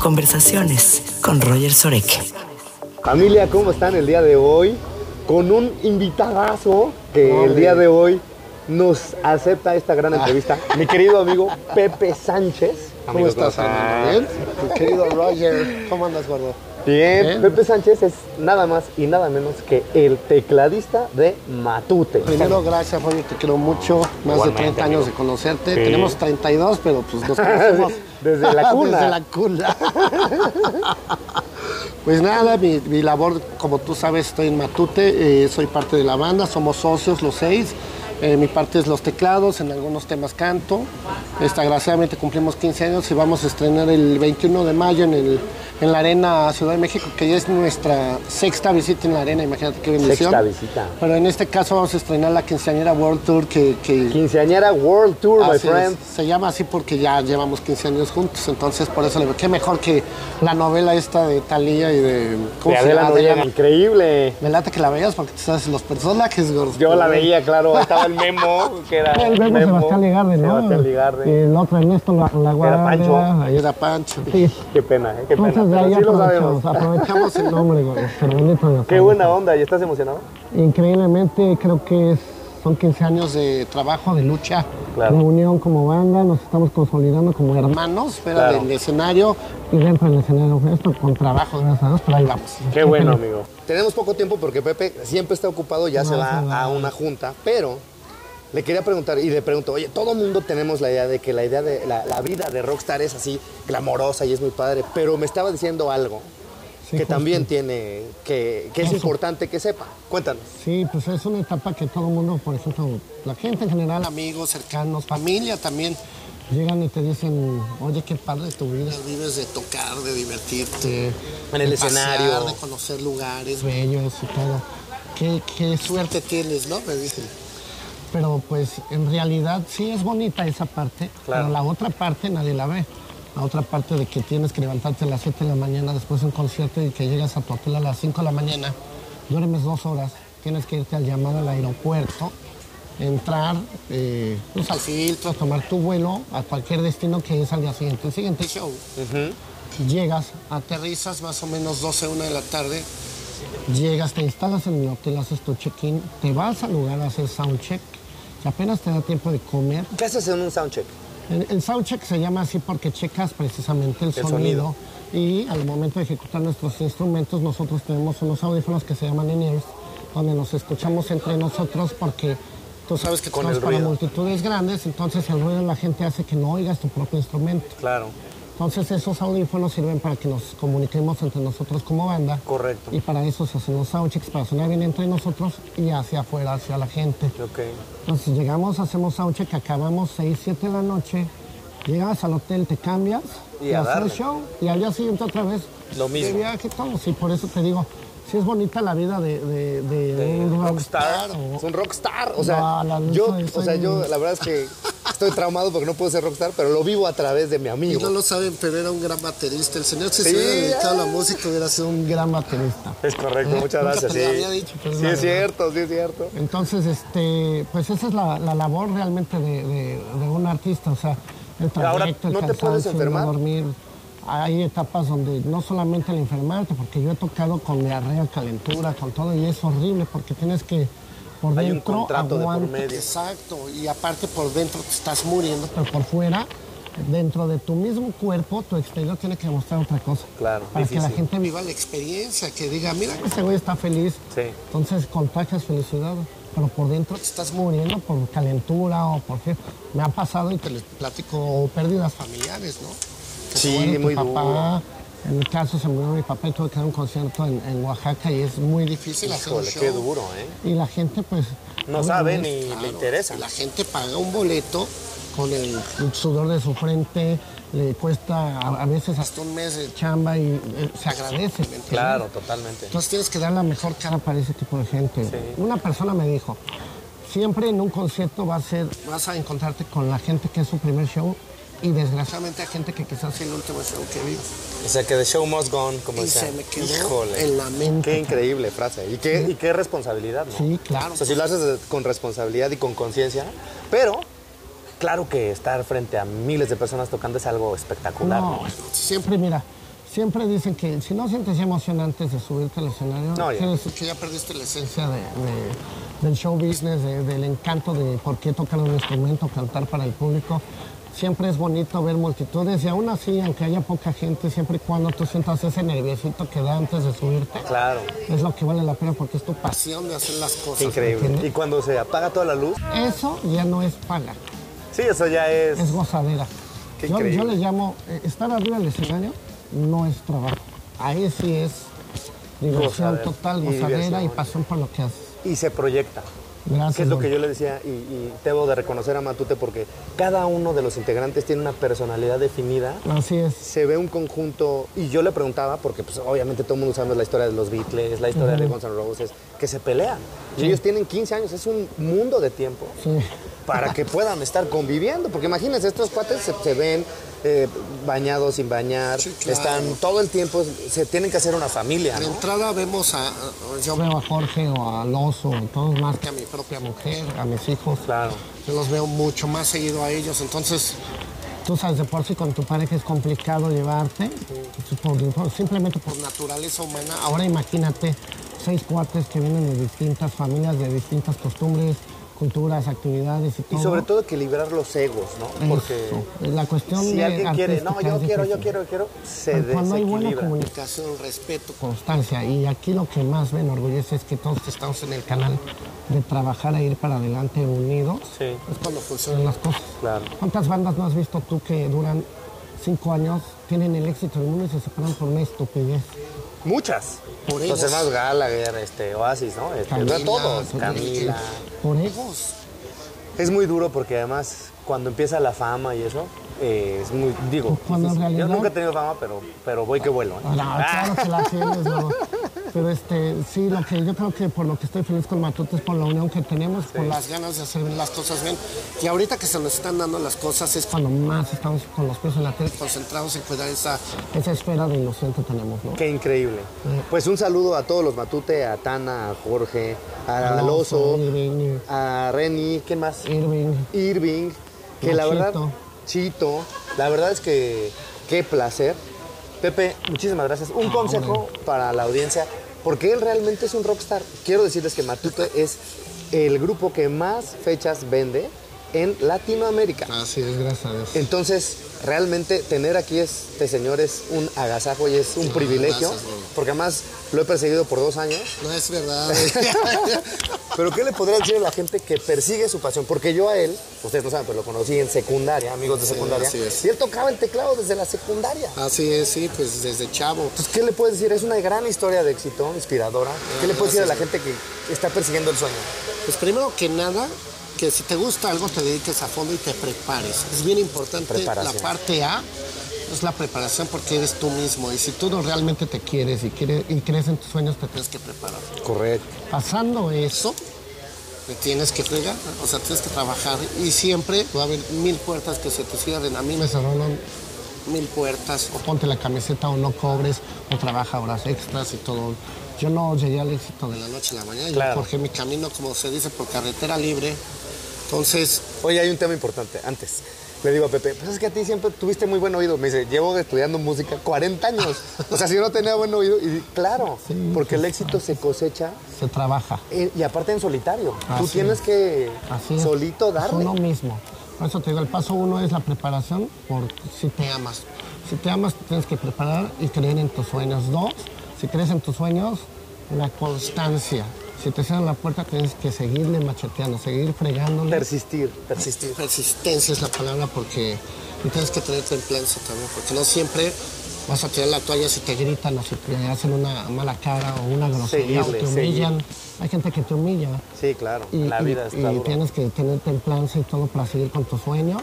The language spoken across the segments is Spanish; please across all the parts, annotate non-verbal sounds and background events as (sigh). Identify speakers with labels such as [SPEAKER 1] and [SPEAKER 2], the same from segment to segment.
[SPEAKER 1] Conversaciones con Roger Sorek.
[SPEAKER 2] Familia, ¿cómo están el día de hoy? Con un invitadazo que el día de hoy nos acepta esta gran
[SPEAKER 3] Ah.
[SPEAKER 2] entrevista. Mi querido amigo Pepe Sánchez.
[SPEAKER 3] ¿Cómo estás, hermano? ¿Bien? Tu querido Roger, ¿cómo andas, gordo?
[SPEAKER 2] Bien.
[SPEAKER 3] Bien.
[SPEAKER 2] Pepe Sánchez es nada más y nada menos que el tecladista de Matute.
[SPEAKER 3] Primero, gracias, Roger, te quiero mucho. Más de 30 años de conocerte. Tenemos 32, pero pues nos conocemos.
[SPEAKER 2] (laughs) Desde
[SPEAKER 3] (laughs)
[SPEAKER 2] la cuna.
[SPEAKER 3] Desde la
[SPEAKER 2] (laughs)
[SPEAKER 3] cuna. pues nada, mi, mi labor, como tú sabes, estoy en Matute. eh, soy parte de la banda, somos socios los seis. Eh, mi parte es los teclados, en algunos temas canto. Este, desgraciadamente cumplimos 15 años y vamos a estrenar el 21 de mayo en, el, en la Arena Ciudad de México, que ya es nuestra sexta visita en la Arena, imagínate qué bendición.
[SPEAKER 2] Sexta visita.
[SPEAKER 3] Pero en este caso vamos a estrenar la quinceañera World Tour que... que
[SPEAKER 2] Quinceañera World Tour, my
[SPEAKER 3] así es.
[SPEAKER 2] friend.
[SPEAKER 3] se llama así porque ya llevamos 15 años juntos, entonces por eso le digo, qué mejor que la novela esta de Talía y de... ¿cómo
[SPEAKER 2] De
[SPEAKER 3] se
[SPEAKER 2] Adela
[SPEAKER 3] llama?
[SPEAKER 2] Noriega,
[SPEAKER 3] Adela.
[SPEAKER 2] Increíble.
[SPEAKER 3] Me late que la veas porque tú sabes los personajes, gordo.
[SPEAKER 2] Yo la veía, claro. ahí
[SPEAKER 3] (laughs)
[SPEAKER 2] Estaba el Memo, que era.
[SPEAKER 4] El Memo Sebastián Ligarde, ¿no?
[SPEAKER 2] Sebastián
[SPEAKER 3] Eh,
[SPEAKER 2] Ligarde.
[SPEAKER 4] El otro Ernesto La, la
[SPEAKER 2] Era Pancho.
[SPEAKER 4] Guardia, ahí-
[SPEAKER 3] Era Pancho.
[SPEAKER 4] Sí.
[SPEAKER 2] Qué pena, eh, qué pena.
[SPEAKER 4] Entonces de
[SPEAKER 2] Pero
[SPEAKER 4] ahí
[SPEAKER 2] sí lo
[SPEAKER 4] aprovechamos,
[SPEAKER 2] sabemos.
[SPEAKER 4] aprovechamos el nombre, güey. pero bendito nos
[SPEAKER 2] Qué
[SPEAKER 4] salió.
[SPEAKER 2] buena onda. ¿Y estás emocionado?
[SPEAKER 4] Increíblemente creo que es- son 15 años
[SPEAKER 3] Años de trabajo, de lucha.
[SPEAKER 4] de
[SPEAKER 2] Claro.
[SPEAKER 4] unión como banda, nos estamos consolidando como hermanos
[SPEAKER 3] Hermanos, fuera
[SPEAKER 2] Claro.
[SPEAKER 3] del escenario.
[SPEAKER 4] y dentro del escenario, esto con trabajo, gracias a Dios, pero ahí vamos.
[SPEAKER 2] Qué bueno, amigo.
[SPEAKER 3] Tenemos poco tiempo porque Pepe siempre está ocupado, ya se va a una junta, pero
[SPEAKER 2] Le quería preguntar, y le pregunto, oye, todo mundo tenemos la idea de que la idea de la, la vida de rockstar es así glamorosa y es muy padre, pero me estaba diciendo algo
[SPEAKER 4] Sí,
[SPEAKER 2] que
[SPEAKER 4] justo.
[SPEAKER 2] también tiene, que, que es importante que sepa. Cuéntanos.
[SPEAKER 4] Sí, pues es una etapa que todo el mundo, por ejemplo, la gente en general,
[SPEAKER 3] amigos, cercanos, familia también.
[SPEAKER 4] llegan y te dicen, oye, qué padre tu vida.
[SPEAKER 3] Vives de tocar, de divertirte,
[SPEAKER 2] En el
[SPEAKER 3] de pasear,
[SPEAKER 2] escenario.
[SPEAKER 3] de conocer lugares.
[SPEAKER 4] bellos y todo. Qué, qué
[SPEAKER 3] Suerte tienes, ¿no? Me dicen.
[SPEAKER 4] Pero pues en realidad sí es bonita esa parte,
[SPEAKER 2] Claro.
[SPEAKER 4] pero la otra parte nadie la ve. La otra parte de que tienes que levantarte a las 7 de la mañana después de un concierto y que llegas a tu hotel a las 5 de la mañana, duermes dos horas, tienes que irte al llamado al aeropuerto, entrar, eh, pues, al filtro, tomar tu vuelo a cualquier destino que es al día siguiente. El siguiente show. Llegas,
[SPEAKER 3] Aterrizas más o menos 12, 1 de la tarde.
[SPEAKER 4] Llegas, te instalas en el hotel, haces tu check-in, te vas al lugar a hacer soundcheck, que apenas te da tiempo de comer.
[SPEAKER 2] ¿Qué haces en un soundcheck?
[SPEAKER 4] El, el soundcheck se llama así porque checas precisamente el,
[SPEAKER 2] sonido.
[SPEAKER 4] sonido. y al momento de ejecutar nuestros instrumentos nosotros tenemos unos audífonos que se llaman in-ears, donde nos escuchamos entre nosotros porque tú sabes que
[SPEAKER 2] Con
[SPEAKER 4] tocamos
[SPEAKER 2] el
[SPEAKER 4] para
[SPEAKER 2] ruido.
[SPEAKER 4] multitudes grandes, entonces el ruido de la gente hace que no oigas tu propio instrumento.
[SPEAKER 2] Claro.
[SPEAKER 4] Entonces esos audífonos sirven para que nos comuniquemos entre nosotros como banda.
[SPEAKER 2] Correcto.
[SPEAKER 4] Y para eso se hacen los soundchecks, para sonar bien entre nosotros y hacia afuera, hacia la gente.
[SPEAKER 2] Ok.
[SPEAKER 4] Entonces llegamos, hacemos soundcheck, acabamos 6, 7 de la noche, llegas al hotel, te cambias,
[SPEAKER 2] Y
[SPEAKER 4] y
[SPEAKER 2] a
[SPEAKER 4] haces
[SPEAKER 2] darle.
[SPEAKER 4] el show y al día siguiente otra vez.
[SPEAKER 2] Lo mismo.
[SPEAKER 4] De viaje, todo. Sí, por eso te digo, sí es bonita la vida de, de, de un
[SPEAKER 2] rockstar.
[SPEAKER 4] rockstar o-
[SPEAKER 2] Es un rockstar. O sea,
[SPEAKER 4] No, la neta,
[SPEAKER 2] yo, o
[SPEAKER 4] soy
[SPEAKER 2] sea, yo
[SPEAKER 4] un-
[SPEAKER 2] la verdad es que estoy traumado porque no puedo ser rockstar, pero lo vivo a través de mi
[SPEAKER 3] Y no
[SPEAKER 2] amigo.
[SPEAKER 3] lo saben, pero era un gran baterista. El señor, si
[SPEAKER 2] Sí,
[SPEAKER 3] se hubiera dedicado a la
[SPEAKER 2] ay.
[SPEAKER 3] música, hubiera sido un
[SPEAKER 4] un gran baterista.
[SPEAKER 2] Es correcto, muchas
[SPEAKER 3] Nunca
[SPEAKER 2] gracias.
[SPEAKER 3] te lo
[SPEAKER 2] sí.
[SPEAKER 3] había dicho, pero
[SPEAKER 2] Sí
[SPEAKER 3] es la
[SPEAKER 2] es cierto, sí es cierto.
[SPEAKER 4] Entonces, este, pues esa es la, la labor realmente de, de- de un artista, o sea, el trayecto,
[SPEAKER 2] Ahora,
[SPEAKER 4] el
[SPEAKER 2] ¿no te puedes
[SPEAKER 4] cansancio, el
[SPEAKER 2] enfermar?
[SPEAKER 4] no dormir. Hay etapas donde no solamente el enfermarte, porque yo he tocado con diarrea, calentura, con todo, y es horrible porque tienes que por
[SPEAKER 2] Hay un
[SPEAKER 4] dentro
[SPEAKER 2] contrato de por
[SPEAKER 4] aguanta-
[SPEAKER 2] medio.
[SPEAKER 3] Exacto, y aparte por dentro te estás muriendo.
[SPEAKER 4] pero por fuera, dentro de tu mismo cuerpo, tu exterior tiene que mostrar otra cosa.
[SPEAKER 2] Claro,
[SPEAKER 4] Para que
[SPEAKER 2] difícil.
[SPEAKER 4] la gente viva.
[SPEAKER 3] Viva la experiencia, que diga, mira,
[SPEAKER 4] Ese este güey está feliz.
[SPEAKER 2] Sí.
[SPEAKER 4] Entonces contagias felicidad, pero por dentro te estás muriendo por calentura o por qué. Me ha pasado y te les platico pérdidas familiares, ¿no? Que se
[SPEAKER 2] Sí,
[SPEAKER 4] muere tu
[SPEAKER 2] muy
[SPEAKER 4] papá.
[SPEAKER 2] duro.
[SPEAKER 4] En mi caso se murió mi papá y tuve que dar un concierto en, en Oaxaca y es muy difícil hacer un
[SPEAKER 2] Híjole, qué
[SPEAKER 4] show.
[SPEAKER 2] duro, ¿eh?
[SPEAKER 4] Y la gente pues...
[SPEAKER 2] No
[SPEAKER 4] obviamente,
[SPEAKER 2] sabe ni le interesa.
[SPEAKER 3] la gente paga un boleto con el
[SPEAKER 4] El sudor de su frente le cuesta a, a veces hasta
[SPEAKER 3] hasta un mes de
[SPEAKER 4] chamba y eh, se agradece. ¿me entiendes?
[SPEAKER 2] Claro, totalmente.
[SPEAKER 4] Entonces tienes que dar la mejor cara para ese tipo de gente. Una persona me dijo, siempre en un concierto va a ser, vas a encontrarte con la gente que es su primer show y desgraciadamente a gente que quizás sí
[SPEAKER 3] el
[SPEAKER 4] lo
[SPEAKER 3] último show que vi.
[SPEAKER 2] O sea, que the show must go on, como
[SPEAKER 3] Y
[SPEAKER 2] decía.
[SPEAKER 3] se me quedó
[SPEAKER 2] Híjole.
[SPEAKER 3] en la mente.
[SPEAKER 2] Qué increíble frase. Y qué, y qué responsabilidad, ¿no?
[SPEAKER 4] Sí, claro.
[SPEAKER 2] O sea, si lo haces de- con responsabilidad y con conciencia, pero claro que estar frente a miles de personas tocando es algo espectacular, ¿no?
[SPEAKER 4] No, siempre mira, Siempre dicen que si no sientes emoción antes de subirte al escenario,
[SPEAKER 2] No, ya.
[SPEAKER 4] quiere decir que ya perdiste la esencia de- de- del show business, de- del encanto de por qué tocar un instrumento, cantar para el público. Siempre es bonito ver multitudes y aún así, aunque haya poca gente, siempre y cuando tú sientas ese nerviosito que da antes de subirte,
[SPEAKER 2] Claro.
[SPEAKER 4] es lo que vale la pena porque es tu pasión de hacer las cosas.
[SPEAKER 2] Increíble. Y cuando se apaga toda la luz,
[SPEAKER 4] Eso ya no es paga.
[SPEAKER 2] sí, eso ya es.
[SPEAKER 4] es gozadera.
[SPEAKER 2] Qué
[SPEAKER 4] Yo, yo
[SPEAKER 2] increíble.
[SPEAKER 4] le llamo, eh, estar arriba del escenario no es trabajo. Ahí sí es diversión
[SPEAKER 2] Gozadera.
[SPEAKER 4] total,
[SPEAKER 2] Y
[SPEAKER 4] gozadera
[SPEAKER 2] diversión.
[SPEAKER 4] y, pasión por lo que haces.
[SPEAKER 2] Y se proyecta.
[SPEAKER 4] Gracias.
[SPEAKER 2] Que es lo
[SPEAKER 4] Don.
[SPEAKER 2] que yo le decía, y, y debo de reconocer a Matute porque cada uno de los integrantes tiene una personalidad definida.
[SPEAKER 4] Así es.
[SPEAKER 2] Se ve un conjunto, y yo le preguntaba, porque pues, obviamente todo el mundo sabe la historia de los Beatles, la historia de Guns N' Roses, que se pelean. Y ellos tienen 15 años, es un mundo de tiempo
[SPEAKER 4] Sí.
[SPEAKER 2] para que puedan estar conviviendo. Porque imagínense, estos cuates se, se ven eh, bañados, sin bañar,
[SPEAKER 3] Sí, claro.
[SPEAKER 2] están todo el tiempo, se tienen que hacer una familia.
[SPEAKER 3] De
[SPEAKER 2] ¿no?
[SPEAKER 3] entrada vemos a, a- yo
[SPEAKER 4] Yo veo a Jorge o al oso y todos más que a mi propia mujer, a mis hijos.
[SPEAKER 2] Claro.
[SPEAKER 3] yo los veo mucho más seguido a ellos, entonces
[SPEAKER 4] Tú sabes, de por sí con tu pareja es complicado llevarte, por- por- simplemente por
[SPEAKER 3] por naturaleza humana, ahora
[SPEAKER 4] Ahora imagínate seis cuates que vienen de distintas familias, de distintas costumbres, culturas, actividades y
[SPEAKER 2] Y
[SPEAKER 4] todo.
[SPEAKER 2] sobre todo equilibrar los egos, ¿no? Porque
[SPEAKER 4] Oh. Eso. la cuestión
[SPEAKER 2] si
[SPEAKER 4] de
[SPEAKER 2] alguien quiere, no,
[SPEAKER 4] artística
[SPEAKER 2] yo
[SPEAKER 4] es
[SPEAKER 2] quiero, yo
[SPEAKER 4] difícil.
[SPEAKER 2] quiero, yo quiero, se
[SPEAKER 4] Pero Cuando hay buena
[SPEAKER 2] desequilibra.
[SPEAKER 4] comunicación,
[SPEAKER 3] respeto.
[SPEAKER 4] constancia, y aquí lo que más me enorgullece es que todos estamos en el canal de trabajar e ir para adelante unidos,
[SPEAKER 2] Sí,
[SPEAKER 4] es cuando funcionan las cosas.
[SPEAKER 2] claro.
[SPEAKER 4] ¿Cuántas bandas no has visto tú que duran cinco años, tienen el éxito del mundo y se separan por una estupidez?
[SPEAKER 2] Muchas.
[SPEAKER 3] Por
[SPEAKER 2] los
[SPEAKER 3] egos.
[SPEAKER 2] hermanos Gallagher, este, Oasis, ¿no? Este,
[SPEAKER 4] Camila,
[SPEAKER 2] todos,
[SPEAKER 4] por-
[SPEAKER 2] Camila.
[SPEAKER 4] Por egos.
[SPEAKER 2] Es muy duro porque además cuando empieza la fama y eso, eh, es muy, digo,
[SPEAKER 4] Cuando en
[SPEAKER 2] difícil. yo
[SPEAKER 4] realidad-
[SPEAKER 2] nunca he tenido fama, pero, pero voy que vuelo. ¿eh?
[SPEAKER 4] Ah, No, claro que la tienes, no. Pero este, sí, lo que yo creo que por lo que estoy feliz con Matute es por la unión que tenemos, por las
[SPEAKER 3] Las ganas de hacer las cosas bien. Y ahorita que se nos están dando las cosas es cuando
[SPEAKER 4] cuando más estamos con los pies en la tierra,
[SPEAKER 3] concentrados en cuidar esa
[SPEAKER 4] esa esfera de ilusión que tenemos, ¿no?
[SPEAKER 2] Qué increíble. Pues un saludo a todos los Matute, a Tana, a Jorge, a
[SPEAKER 4] Alonso,
[SPEAKER 2] Alonso,
[SPEAKER 4] Irving,
[SPEAKER 2] a Reni, ¿quién más?
[SPEAKER 4] Irving,
[SPEAKER 2] Irving, que la
[SPEAKER 4] Machito.
[SPEAKER 2] verdad, Chito, la verdad es que qué placer. Pepe, muchísimas gracias.
[SPEAKER 3] Ah,
[SPEAKER 2] Un consejo para la audiencia, porque él realmente es un rockstar. Quiero decirles que Matute es el grupo que más fechas vende en Latinoamérica.
[SPEAKER 4] Así es, gracias a Dios.
[SPEAKER 2] Entonces, realmente tener aquí este señor es un agasajo y es un privilegio,
[SPEAKER 3] gracias, bro.
[SPEAKER 2] porque además lo he perseguido por dos años.
[SPEAKER 3] No es
[SPEAKER 4] (laughs)
[SPEAKER 3] verdad.
[SPEAKER 2] Pero ¿qué le podría decir a la gente que persigue su pasión? Porque yo a él, ustedes no saben, pero lo conocí en secundaria, amigos de secundaria.
[SPEAKER 3] así es.
[SPEAKER 2] Y él tocaba el teclado desde la secundaria.
[SPEAKER 3] Así es, sí, pues desde chavo.
[SPEAKER 2] Entonces, ¿qué le puedes decir? Es una gran historia de éxito, inspiradora. ¿Qué le puedes decir a la gente que está persiguiendo el sueño?
[SPEAKER 3] Pues primero que nada, que si te gusta algo te dediques a fondo y te prepares. Es bien importante la
[SPEAKER 2] Preparación.
[SPEAKER 3] parte A, es la preparación porque eres tú mismo. Y si tú no realmente te quieres y, quieres,
[SPEAKER 4] Y crees en tus sueños, te
[SPEAKER 3] tienes que preparar.
[SPEAKER 2] Correcto.
[SPEAKER 4] Pasando eso,
[SPEAKER 3] Eso te tienes que fregar, o sea, tienes que trabajar. Y siempre va a haber mil puertas que se te cierren. A mí me
[SPEAKER 4] me
[SPEAKER 3] cerró
[SPEAKER 4] cerraron,
[SPEAKER 3] mil puertas.
[SPEAKER 4] o ponte la camiseta o no cobres, o trabaja horas extras y todo. Yo no llegué al éxito de
[SPEAKER 3] de
[SPEAKER 4] la
[SPEAKER 3] la noche a la mañana.
[SPEAKER 2] Claro.
[SPEAKER 3] Yo forjé mi camino, como se dice, por carretera libre. Entonces,
[SPEAKER 2] Oye, hay un tema importante. Antes, le digo a Pepe, pues es que a ti siempre tuviste muy buen oído. Me dice, llevo estudiando música 40 años. O sea, si yo no tenía buen oído, y claro,
[SPEAKER 4] Sí,
[SPEAKER 2] porque el
[SPEAKER 4] sí,
[SPEAKER 2] éxito se cosecha
[SPEAKER 4] se trabaja.
[SPEAKER 2] eh, y aparte en solitario. Tú
[SPEAKER 4] Así
[SPEAKER 2] tienes
[SPEAKER 4] es.
[SPEAKER 2] que
[SPEAKER 4] Así es.
[SPEAKER 2] solito
[SPEAKER 4] Es
[SPEAKER 2] darle.
[SPEAKER 4] uno mismo. Por eso te digo, el paso uno es la preparación por si te amas. Si te amas, te tienes que preparar y creer en tus sueños. Dos, si crees en tus sueños, la constancia. Si te cierran la puerta, tienes que seguirle macheteando, seguir fregándole.
[SPEAKER 2] Persistir, persistir.
[SPEAKER 3] Persistencia es la palabra porque y tienes que tener templanza también, porque no siempre vas a tirar la toalla si te
[SPEAKER 4] te gritan o si te hacen una mala cara o una
[SPEAKER 2] Seguirle,
[SPEAKER 4] grosería o te
[SPEAKER 2] seguir.
[SPEAKER 4] humillan. Hay gente que te humilla.
[SPEAKER 2] Sí, claro.
[SPEAKER 4] y,
[SPEAKER 2] la
[SPEAKER 4] y-
[SPEAKER 2] vida está
[SPEAKER 4] y
[SPEAKER 2] dura.
[SPEAKER 4] tienes que tener templanza y todo para seguir con tus sueños,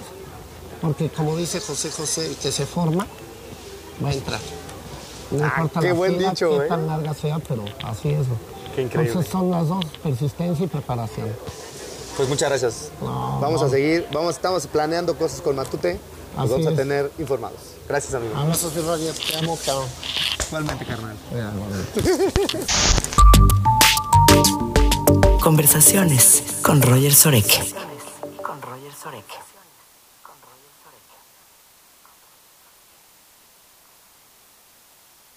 [SPEAKER 4] porque como dice José José, el que se forma va a entrar. No
[SPEAKER 2] Ah,
[SPEAKER 4] importa
[SPEAKER 2] qué
[SPEAKER 4] la
[SPEAKER 2] buen
[SPEAKER 4] fila,
[SPEAKER 2] dicho,
[SPEAKER 4] qué
[SPEAKER 2] ¿eh?
[SPEAKER 4] tan larga sea, pero así es. güey.
[SPEAKER 2] Qué increíble.
[SPEAKER 4] Entonces son las dos, persistencia y preparación.
[SPEAKER 2] Pues muchas gracias.
[SPEAKER 4] No,
[SPEAKER 2] vamos a
[SPEAKER 4] no.
[SPEAKER 2] seguir, vamos, estamos planeando cosas con Matute. Nos
[SPEAKER 4] Así
[SPEAKER 2] vamos a
[SPEAKER 4] es.
[SPEAKER 2] tener informados. Gracias, amigo.
[SPEAKER 4] Abrazos, mi Roger, te amo, cabrón.
[SPEAKER 2] Igualmente, carnal.
[SPEAKER 1] Conversaciones con Roger Sorek. Con Roger Sorek.